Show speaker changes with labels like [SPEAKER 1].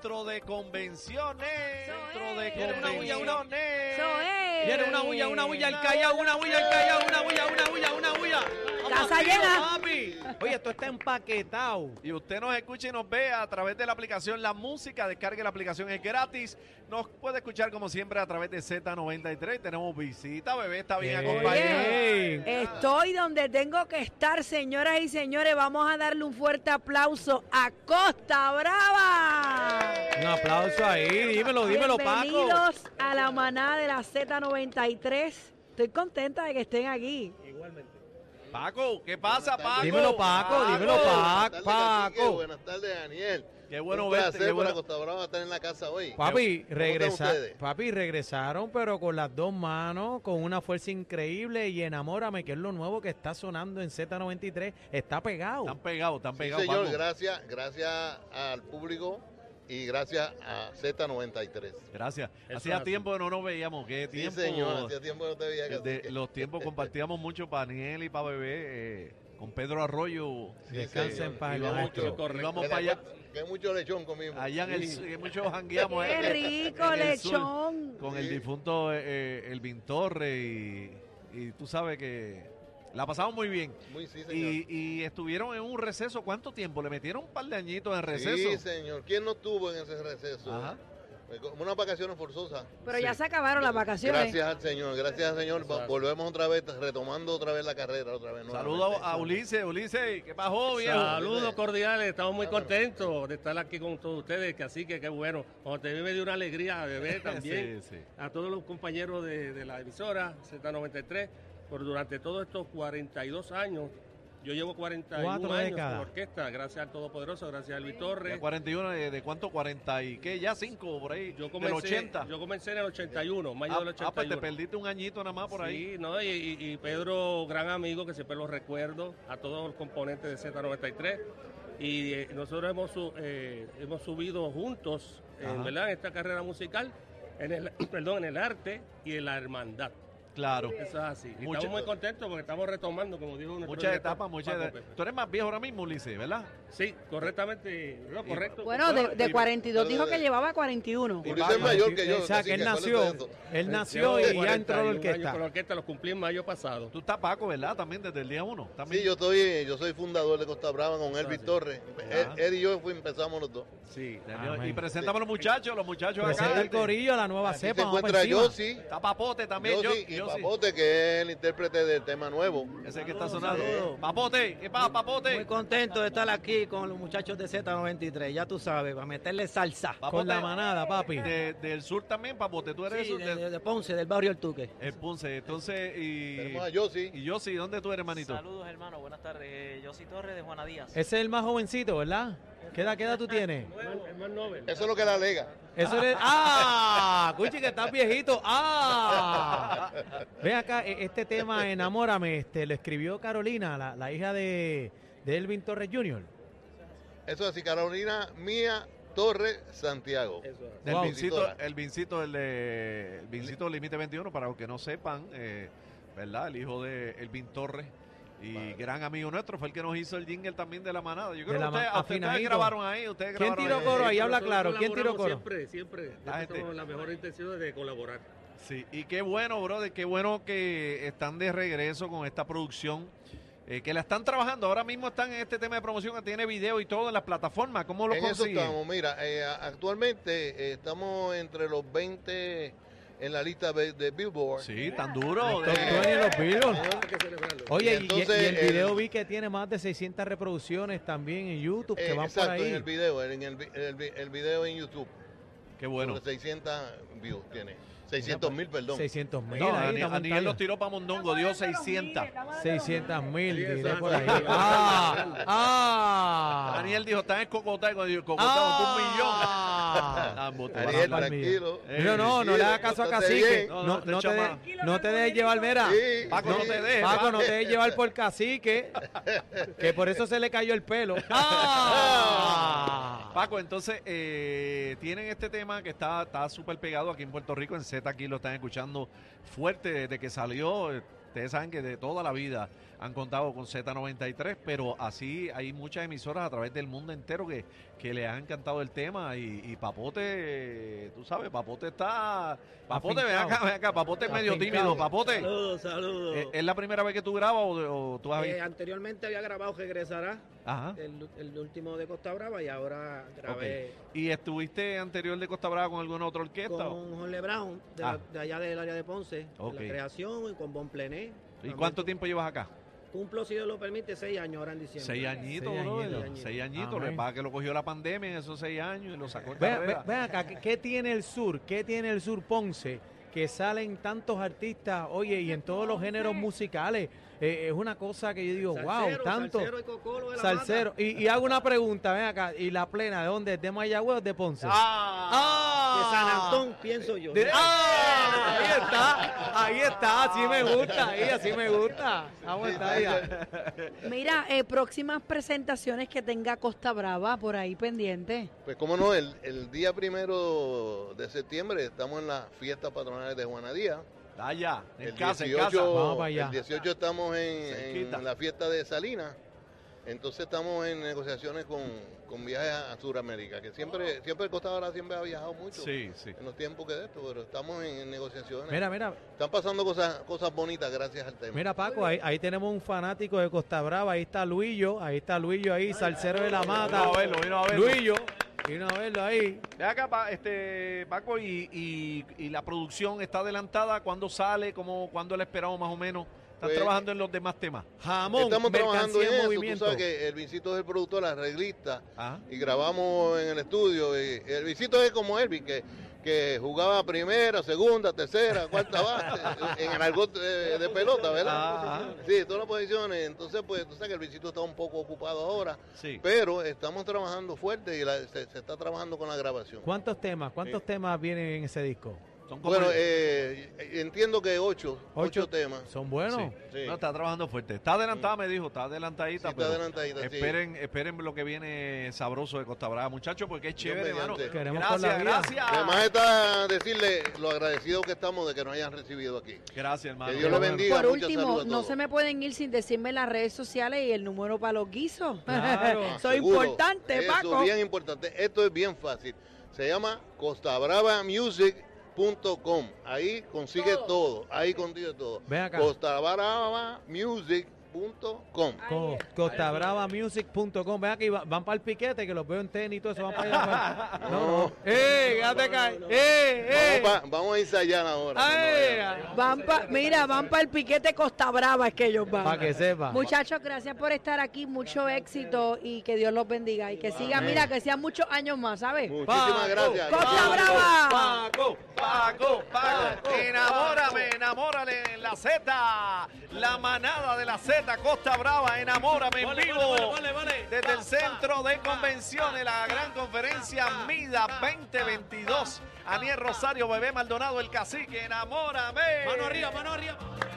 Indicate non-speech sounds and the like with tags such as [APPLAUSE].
[SPEAKER 1] Centro de convenciones. Centro de
[SPEAKER 2] Viene una bulla, una-
[SPEAKER 1] convenciones.
[SPEAKER 3] Soe.
[SPEAKER 2] Viene una bulla, una bulla, al callao, una bulla, al callao, una bulla, una bulla, una bulla.
[SPEAKER 3] Casa
[SPEAKER 2] Vamos,
[SPEAKER 3] llena.
[SPEAKER 2] papi. Oye, esto está empaquetado.
[SPEAKER 1] Y usted nos escucha y nos ve a través de la aplicación La Música. Descargue la aplicación, es gratis. Nos puede escuchar, como siempre, a través de Z93. Tenemos visita, bebé, está bien
[SPEAKER 2] Bien.
[SPEAKER 1] acompañado.
[SPEAKER 2] Bien.
[SPEAKER 3] Estoy donde tengo que estar, señoras y señores. Vamos a darle un fuerte aplauso a Costa Brava.
[SPEAKER 2] Un aplauso ahí, dímelo, dímelo, Paco.
[SPEAKER 3] Bienvenidos a la manada de la Z93. Estoy contenta de que estén aquí.
[SPEAKER 1] Paco, ¿qué pasa,
[SPEAKER 4] Buenas
[SPEAKER 1] Paco?
[SPEAKER 4] tardes.
[SPEAKER 2] Dímelo, Paco, dímelo,
[SPEAKER 4] Buenas
[SPEAKER 2] Paco,
[SPEAKER 4] tardes, Cacique.
[SPEAKER 2] Paco.
[SPEAKER 4] Buenas tardes, Daniel.
[SPEAKER 1] Qué bueno
[SPEAKER 4] Un
[SPEAKER 1] verte.
[SPEAKER 4] placer
[SPEAKER 1] Qué
[SPEAKER 4] para
[SPEAKER 1] bueno.
[SPEAKER 4] Costa Brava estar en la casa hoy.
[SPEAKER 2] Papi,
[SPEAKER 4] ¿Cómo están
[SPEAKER 2] regresa,
[SPEAKER 4] ustedes?
[SPEAKER 2] papi, regresaron, pero con las dos manos, con una fuerza increíble y enamórame, que es lo nuevo que está sonando en Z93. Está pegado.
[SPEAKER 1] Están pegados, están
[SPEAKER 4] Sí,
[SPEAKER 1] pegados,
[SPEAKER 4] señor,
[SPEAKER 1] Paco.
[SPEAKER 4] gracias, gracias al público y gracias a Z93.
[SPEAKER 1] Gracias.
[SPEAKER 5] Eso es
[SPEAKER 1] Hacía
[SPEAKER 5] así.
[SPEAKER 1] tiempo que no nos veíamos. Qué
[SPEAKER 4] Sí,
[SPEAKER 1] tiempo.
[SPEAKER 4] señor, hacía tiempo que no te veía.
[SPEAKER 1] Desde
[SPEAKER 4] Cacique.
[SPEAKER 1] los tiempos compartíamos mucho para Aniel y para Bebé, eh, con Pedro Arroyo.
[SPEAKER 4] [LAUGHS] Sí,
[SPEAKER 2] Descansa
[SPEAKER 4] señor.
[SPEAKER 2] en paz,
[SPEAKER 4] Y
[SPEAKER 2] Lo
[SPEAKER 4] vamos-
[SPEAKER 2] nuestro.
[SPEAKER 5] correcto.
[SPEAKER 1] Íbamos
[SPEAKER 4] que
[SPEAKER 1] para allá,
[SPEAKER 4] Que hay mucho lechón conmigo.
[SPEAKER 1] allá en el
[SPEAKER 4] Sí.
[SPEAKER 1] sur, que muchos jangueamos.
[SPEAKER 3] Qué
[SPEAKER 1] eh,
[SPEAKER 3] rico,
[SPEAKER 1] en el sur,
[SPEAKER 3] lechón.
[SPEAKER 1] Con el
[SPEAKER 4] Sí.
[SPEAKER 1] difunto eh, eh, Elvin Torres y, y tú sabes que la pasamos muy bien.
[SPEAKER 4] Muy sí, señor.
[SPEAKER 1] Y, y estuvieron en un receso, ¿cuánto tiempo? Le metieron un par de añitos en
[SPEAKER 4] Sí,
[SPEAKER 1] receso.
[SPEAKER 4] señor. ¿Quién no estuvo en ese receso?
[SPEAKER 1] Ajá.
[SPEAKER 4] Como Unas vacaciones forzosas.
[SPEAKER 3] Pero
[SPEAKER 1] Sí.
[SPEAKER 3] ya se acabaron las vacaciones.
[SPEAKER 4] Gracias al Señor, gracias al Señor. Va-
[SPEAKER 5] Exacto.
[SPEAKER 4] Volvemos otra vez, retomando otra vez la carrera, otra vez.
[SPEAKER 1] Saludos
[SPEAKER 4] nuevamente.
[SPEAKER 1] a Ulises, Ulises, ¿qué pasó, viejo?
[SPEAKER 5] Saludos cordiales, estamos muy
[SPEAKER 4] Claro.
[SPEAKER 5] contentos de estar aquí con todos ustedes, que así que qué bueno. Cuando te vi me dio una
[SPEAKER 1] [LAUGHS]
[SPEAKER 5] alegría, bebé también,
[SPEAKER 1] Sí, sí.
[SPEAKER 5] a todos los compañeros de, de la emisora Z93, por durante todos estos 42 años, yo llevo 41
[SPEAKER 2] Cuatro
[SPEAKER 5] años
[SPEAKER 2] décadas.
[SPEAKER 5] con orquesta, gracias al Todopoderoso, gracias a Luis Torres.
[SPEAKER 1] Ya 41, ¿de, de cuánto? 40 y qué, ya 5 por ahí.
[SPEAKER 5] Yo comencé,
[SPEAKER 1] del 80.
[SPEAKER 5] yo comencé en el 81, mayo
[SPEAKER 1] ah,
[SPEAKER 5] del
[SPEAKER 1] ah, pues te
[SPEAKER 5] 81.
[SPEAKER 1] perdiste un añito nada más Ah, por ahí.
[SPEAKER 5] Sí, ¿no? y, y- y Pedro, gran amigo, que siempre lo recuerdo, a todos los componentes de Z93. Y eh, nosotros hemos, su- eh, hemos subido juntos, eh,
[SPEAKER 1] Ajá.
[SPEAKER 5] ¿verdad?, en esta carrera musical, en el, [CLEARS THROAT] perdón, en el arte y en la hermandad.
[SPEAKER 1] Claro.
[SPEAKER 5] Eso es así. Y
[SPEAKER 1] Mucha-
[SPEAKER 5] estamos muy contentos porque estamos retomando, como dijo nuestro
[SPEAKER 1] Muchas
[SPEAKER 5] director,
[SPEAKER 1] etapas, muchas
[SPEAKER 5] Paco
[SPEAKER 1] etapas.
[SPEAKER 4] pues.
[SPEAKER 5] Pepe.
[SPEAKER 1] Tú eres más viejo ahora mismo, Ulises, ¿verdad?
[SPEAKER 5] Sí, correctamente, no,
[SPEAKER 1] Y-
[SPEAKER 5] correcto.
[SPEAKER 3] Bueno, de, de
[SPEAKER 1] Y-
[SPEAKER 3] 42 dijo que
[SPEAKER 4] Saludos.
[SPEAKER 3] llevaba 41.
[SPEAKER 4] Ulises es mayor que yo,
[SPEAKER 2] O sea,
[SPEAKER 4] así
[SPEAKER 2] que él
[SPEAKER 4] que
[SPEAKER 2] nació,
[SPEAKER 4] acuérdate de
[SPEAKER 2] él
[SPEAKER 5] Yo
[SPEAKER 2] nació y ya entró a la
[SPEAKER 5] 41 años Con la
[SPEAKER 2] orquesta.
[SPEAKER 5] orquesta los cumplí en mayo pasado.
[SPEAKER 1] Tú estás Paco, ¿verdad? También desde el día 1.
[SPEAKER 4] Sí, yo, estoy, yo soy fundador de Costa Brava con Elvis
[SPEAKER 5] sí.
[SPEAKER 4] Torres.
[SPEAKER 1] Ya.
[SPEAKER 4] Él, él y yo fui- empezamos los dos.
[SPEAKER 5] Sí,
[SPEAKER 2] Amén.
[SPEAKER 1] Y preséntame a los muchachos, los muchachos
[SPEAKER 2] Presenta
[SPEAKER 1] acá.
[SPEAKER 2] el corillo, la nueva
[SPEAKER 4] Aquí se
[SPEAKER 2] cepa, vamos
[SPEAKER 4] encuentra
[SPEAKER 2] para encima.
[SPEAKER 4] Yossi,
[SPEAKER 1] Está Papote también, yo,
[SPEAKER 4] Yossi y
[SPEAKER 1] yo sí.
[SPEAKER 4] Papote, que es el intérprete del tema nuevo.
[SPEAKER 1] Ese que está
[SPEAKER 6] Saludos,
[SPEAKER 1] sonando.
[SPEAKER 6] saludos.
[SPEAKER 1] Papote, ¿qué pasa,
[SPEAKER 6] Muy
[SPEAKER 1] Papote?
[SPEAKER 6] contento de estar aquí con los muchachos de Z93, ya tú sabes, para meterle salsa.
[SPEAKER 1] Papote,
[SPEAKER 2] Con la manada, papi.
[SPEAKER 1] de- del sur también, Papote, tú eres del
[SPEAKER 6] Sí,
[SPEAKER 1] sur,
[SPEAKER 6] de,
[SPEAKER 1] del-
[SPEAKER 6] de- de Ponce, del barrio El Tuque.
[SPEAKER 1] el Punce. Entonces, y,
[SPEAKER 4] Tenemos a Yossi.
[SPEAKER 1] y yo sí, ¿dónde tú eres, manito?
[SPEAKER 7] Saludos, hermano. Buenas tardes. Eh, Yo soy Torres de Juana Díaz.
[SPEAKER 2] Ese es el más jovencito, ¿verdad? ¿Qué edad, qué edad tú tienes?
[SPEAKER 5] es más Nobel.
[SPEAKER 4] Eso es lo que la alega.
[SPEAKER 2] Eso eres- ¡Ah! Cuchi, que estás viejito. ¡Ah! Ven acá, e- este tema, Enamórame, este, lo escribió Carolina, la, la hija de, de Elvin Torres Jr.
[SPEAKER 4] Eso es así, Carolina Mía Torres Santiago.
[SPEAKER 5] Eso es.
[SPEAKER 1] El
[SPEAKER 2] Wow.
[SPEAKER 1] vincito,
[SPEAKER 4] Editora.
[SPEAKER 1] el vincito, el de el vincito límite 21, para los que no sepan, eh, ¿verdad? El hijo de Elvin Torres y
[SPEAKER 4] Vale.
[SPEAKER 1] gran amigo nuestro, fue el que nos hizo el jingle también de la manada. Yo
[SPEAKER 2] De
[SPEAKER 1] creo que
[SPEAKER 2] la
[SPEAKER 1] ustedes,
[SPEAKER 2] ma-
[SPEAKER 1] a ustedes
[SPEAKER 2] afinadito.
[SPEAKER 1] grabaron ahí, ustedes
[SPEAKER 2] ¿Quién
[SPEAKER 1] grabaron
[SPEAKER 2] tiró
[SPEAKER 1] ahí.
[SPEAKER 2] coro? Ahí
[SPEAKER 5] Sí,
[SPEAKER 2] habla
[SPEAKER 5] nosotros
[SPEAKER 2] claro. ¿Quién tiró
[SPEAKER 5] colaboramos
[SPEAKER 2] coro? Ah, este.
[SPEAKER 5] Siempre, siempre.
[SPEAKER 1] La
[SPEAKER 5] La
[SPEAKER 1] gente.
[SPEAKER 5] Con la mejor intención de colaborar.
[SPEAKER 1] Sí, y qué bueno, brother, qué bueno que están de regreso con esta producción, eh, que la están trabajando. Ahora mismo están en este tema de promoción, que tiene video y todo en las plataformas. ¿Cómo lo
[SPEAKER 4] en eso
[SPEAKER 1] consiguen?
[SPEAKER 4] estamos, mira, eh, a- actualmente eh, estamos entre los 20 en la lista de, de Billboard.
[SPEAKER 1] Sí, tan duro.
[SPEAKER 2] Top
[SPEAKER 1] eh.
[SPEAKER 2] 20 en los Billboard.
[SPEAKER 5] Hay que celebrarlo.
[SPEAKER 2] Oye, y,
[SPEAKER 4] Y entonces,
[SPEAKER 2] y el video
[SPEAKER 4] el-
[SPEAKER 2] vi que tiene más de 600 reproducciones también en YouTube, que
[SPEAKER 4] Eh,
[SPEAKER 2] van
[SPEAKER 4] exacto,
[SPEAKER 2] por ahí.
[SPEAKER 4] en el video, en el, vi- el vi- el video en YouTube.
[SPEAKER 1] Qué bueno.
[SPEAKER 4] Sobre 600 views tiene.
[SPEAKER 2] pues.
[SPEAKER 4] 600 mil, perdón.
[SPEAKER 2] 600 mil.
[SPEAKER 1] No,
[SPEAKER 2] ahí,
[SPEAKER 1] Daniel,
[SPEAKER 2] está
[SPEAKER 1] Daniel
[SPEAKER 2] montando.
[SPEAKER 1] los tiró para Mondongo, dio 600.
[SPEAKER 2] 600 mil,
[SPEAKER 5] Sí,
[SPEAKER 2] diré
[SPEAKER 5] exacto.
[SPEAKER 2] por ahí. ¡Ah! ¡Ah!
[SPEAKER 1] Daniel dijo, están en Cocotá, y cuando dijo, Cocotá, botó un millón.
[SPEAKER 2] ¡Ah!
[SPEAKER 1] Ah, botó para
[SPEAKER 4] Ariel,
[SPEAKER 1] hablar.
[SPEAKER 4] tranquilo.
[SPEAKER 1] Eh,
[SPEAKER 2] No, no, no le hagas caso a
[SPEAKER 4] pórtate
[SPEAKER 2] Cacique.
[SPEAKER 4] bien.
[SPEAKER 2] No,
[SPEAKER 1] No,
[SPEAKER 2] no,
[SPEAKER 1] este
[SPEAKER 2] te,
[SPEAKER 1] chama-
[SPEAKER 2] de- no te dejes llevar, mira.
[SPEAKER 4] Sí.
[SPEAKER 1] Paco, no te dejes.
[SPEAKER 2] Paco,
[SPEAKER 1] Paco.
[SPEAKER 2] no te dejes llevar por Cacique, que por eso se le cayó el pelo. ¡Ah!
[SPEAKER 1] Paco, entonces, eh, tienen este tema que está está súper pegado aquí en Puerto Rico, en Z aquí lo están escuchando fuerte desde que salió. eh, Ustedes saben que de toda la vida han contado con Z93, pero así hay muchas emisoras a través del mundo entero que, que le han encantado el tema. Y, y Papote, eh, tú sabes, Papote está. Papote, ven
[SPEAKER 2] Afincao.
[SPEAKER 1] acá, ven acá. Papote es medio
[SPEAKER 2] Afincao.
[SPEAKER 1] tímido. Papote,
[SPEAKER 6] Saludos, saludos.
[SPEAKER 1] ¿es, es la primera vez que tú grabas o, o tú has
[SPEAKER 6] Eh,
[SPEAKER 1] visto?
[SPEAKER 6] anteriormente había grabado Regresará,
[SPEAKER 1] Ajá.
[SPEAKER 6] el, el último de Costa Brava, y ahora grabé
[SPEAKER 1] ¿Y estuviste anterior de Costa Brava con alguna otra orquesta? o-
[SPEAKER 6] con Jorge Brown, de,
[SPEAKER 1] Ah.
[SPEAKER 6] de allá del área de Ponce,
[SPEAKER 1] Ok.
[SPEAKER 6] de la creación, y con Bon Plené.
[SPEAKER 1] ¿Y
[SPEAKER 6] También
[SPEAKER 1] cuánto
[SPEAKER 6] cu-
[SPEAKER 1] tiempo llevas acá?
[SPEAKER 6] Cumplo, si Dios lo permite, seis años ahora en diciembre.
[SPEAKER 1] Seis añitos,
[SPEAKER 2] Seis
[SPEAKER 1] bro.
[SPEAKER 2] añitos.
[SPEAKER 1] Seis añitos. Lo
[SPEAKER 2] Amén.
[SPEAKER 1] que pasa es que lo cogió la pandemia en esos seis años y lo sacó de
[SPEAKER 2] Vean,
[SPEAKER 1] carrera.
[SPEAKER 2] acá, ¿qué, qué tiene el sur? ¿Qué tiene el sur Ponce? Que salen tantos artistas, oye, y en todos los géneros musicales. Eh, es una cosa que yo digo, wow,
[SPEAKER 6] Salsero,
[SPEAKER 2] tanto.
[SPEAKER 6] Salsero y Cocolo de la
[SPEAKER 2] Salsero.
[SPEAKER 6] Mata.
[SPEAKER 2] Y, y hago una pregunta, ven acá, ¿y la plena de dónde? es? ¿De Mayagüez o de Ponce?
[SPEAKER 6] De
[SPEAKER 2] ¡Ah!
[SPEAKER 6] San Antón, pienso yo.
[SPEAKER 2] De- ¡Ah! Ahí está, ahí está, así me gusta, ahí, así me gusta. Vamos, está ahí.
[SPEAKER 3] Mira, eh, próximas presentaciones que tenga Costa Brava por ahí pendiente.
[SPEAKER 4] Pues cómo no, el, el día primero de septiembre estamos en las fiestas patronales de Juanadía.
[SPEAKER 1] Ah, ya, en
[SPEAKER 4] El
[SPEAKER 1] casa, en
[SPEAKER 4] 18,
[SPEAKER 1] casa.
[SPEAKER 2] Vamos para allá.
[SPEAKER 4] el 18 estamos en,
[SPEAKER 1] Cerquita.
[SPEAKER 4] en la fiesta de Salinas. Entonces estamos en negociaciones con, con viajes a Sudamérica, que siempre, siempre el Costa Brava siempre ha viajado mucho
[SPEAKER 1] Sí, sí.
[SPEAKER 4] en los tiempos que de esto, pero estamos en, en negociaciones.
[SPEAKER 2] Mira, mira,
[SPEAKER 4] Están pasando cosas, cosas bonitas gracias al tema.
[SPEAKER 2] Mira, Paco, ahí, ahí tenemos un fanático de Costa Brava. Ahí está Luillo, ahí está Luillo ahí, salsero de la
[SPEAKER 1] Vino
[SPEAKER 2] mata.
[SPEAKER 1] a verlo, vino a verlo.
[SPEAKER 2] Luillo, vino a verlo ahí.
[SPEAKER 1] Ve acá, pa- este, Paco, y, y- y la producción está adelantada. ¿Cuándo sale? ¿Cómo, ¿Cuándo la esperamos más o menos? ¿Están
[SPEAKER 4] Pues-
[SPEAKER 1] trabajando en los demás temas?
[SPEAKER 2] Jamón,
[SPEAKER 4] estamos trabajando
[SPEAKER 2] mercancía
[SPEAKER 4] en
[SPEAKER 2] en
[SPEAKER 4] eso. Tú
[SPEAKER 2] movimiento.
[SPEAKER 4] sabes que el Vincito es el productor, la reglista.
[SPEAKER 1] Ajá.
[SPEAKER 4] y grabamos en el estudio. Y el visito es como Elvis, que, que jugaba primera, segunda, tercera,
[SPEAKER 1] [LAUGHS]
[SPEAKER 4] cuarta base, en el argot eh, de, pelota,
[SPEAKER 1] Ah.
[SPEAKER 4] ¿verdad?
[SPEAKER 1] Ajá.
[SPEAKER 4] Sí, todas las posiciones. Entonces, pues, tú sabes que el visito está un poco ocupado ahora,
[SPEAKER 1] Sí.
[SPEAKER 4] pero estamos trabajando fuerte y la- se, se está trabajando con la grabación.
[SPEAKER 2] ¿Cuántos temas? ¿Cuántos temas vienen en ese disco?
[SPEAKER 1] Son como-
[SPEAKER 4] Bueno, eh, entiendo que ocho, ocho,
[SPEAKER 2] Ocho.
[SPEAKER 4] temas.
[SPEAKER 2] Son buenos.
[SPEAKER 1] Sí.
[SPEAKER 4] Sí.
[SPEAKER 1] No, está trabajando fuerte. Está adelantada, me dijo, está adelantadita.
[SPEAKER 4] Sí, está
[SPEAKER 1] pero
[SPEAKER 4] adelantadita, sí.
[SPEAKER 1] Esperen, esperen lo que viene sabroso de Costa Brava, muchachos, porque es chévere, hermano.
[SPEAKER 4] mediante.
[SPEAKER 2] Queremos con la
[SPEAKER 1] Gracias,
[SPEAKER 2] vida.
[SPEAKER 1] gracias.
[SPEAKER 4] Además está decirle lo agradecido que estamos de que nos hayan recibido aquí.
[SPEAKER 1] Gracias, hermano.
[SPEAKER 4] Que Dios le bendiga.
[SPEAKER 3] por
[SPEAKER 4] muchas
[SPEAKER 3] último,
[SPEAKER 4] saludos a
[SPEAKER 3] no
[SPEAKER 4] todos.
[SPEAKER 3] se me pueden ir sin decirme las redes sociales y el número para los guisos. [LAUGHS]
[SPEAKER 4] [LAUGHS]
[SPEAKER 2] Claro.
[SPEAKER 3] Soy
[SPEAKER 4] Ah, Seguro.
[SPEAKER 3] importante,
[SPEAKER 4] Eso,
[SPEAKER 3] Paco.
[SPEAKER 4] bien importante. Esto es bien fácil. Se llama costabravamusic.com. Ahí consigue todo. Ahí consigue todo.
[SPEAKER 2] Ven acá.
[SPEAKER 4] costabravamusic.com.
[SPEAKER 2] Co- CostaBravaMusic.com. Vean que va- van para el piquete, que los veo en tenis y todo eso.
[SPEAKER 1] [LAUGHS]
[SPEAKER 2] Van para allá. pa- No, no. ¡Eh! ¡Quédate acá! ¡Eh! ¡Eh! Ah,
[SPEAKER 4] Vamos, pa- vamos a ensayar ahora.
[SPEAKER 2] ¡Ay!
[SPEAKER 3] Van pa- mira, van para el piquete Costa Brava, es que ellos van.
[SPEAKER 2] Para que sepa.
[SPEAKER 3] Muchachos, gracias por estar aquí, mucho éxito y que Dios los bendiga y que siga, mira, que sean muchos años más, ¿sabes?
[SPEAKER 4] Muchísimas gracias.
[SPEAKER 3] Costa Brava.
[SPEAKER 1] Paco, Paco, Paco. Enamórame, enamórale en la Z. La manada de la Z, Costa Brava, enamórame en vivo. Desde el centro de convenciones, la gran conferencia MIDA 2022. Aniel Rosario, Bebé Maldonado, el cacique, enamórame.
[SPEAKER 2] Mano arriba, mano arriba.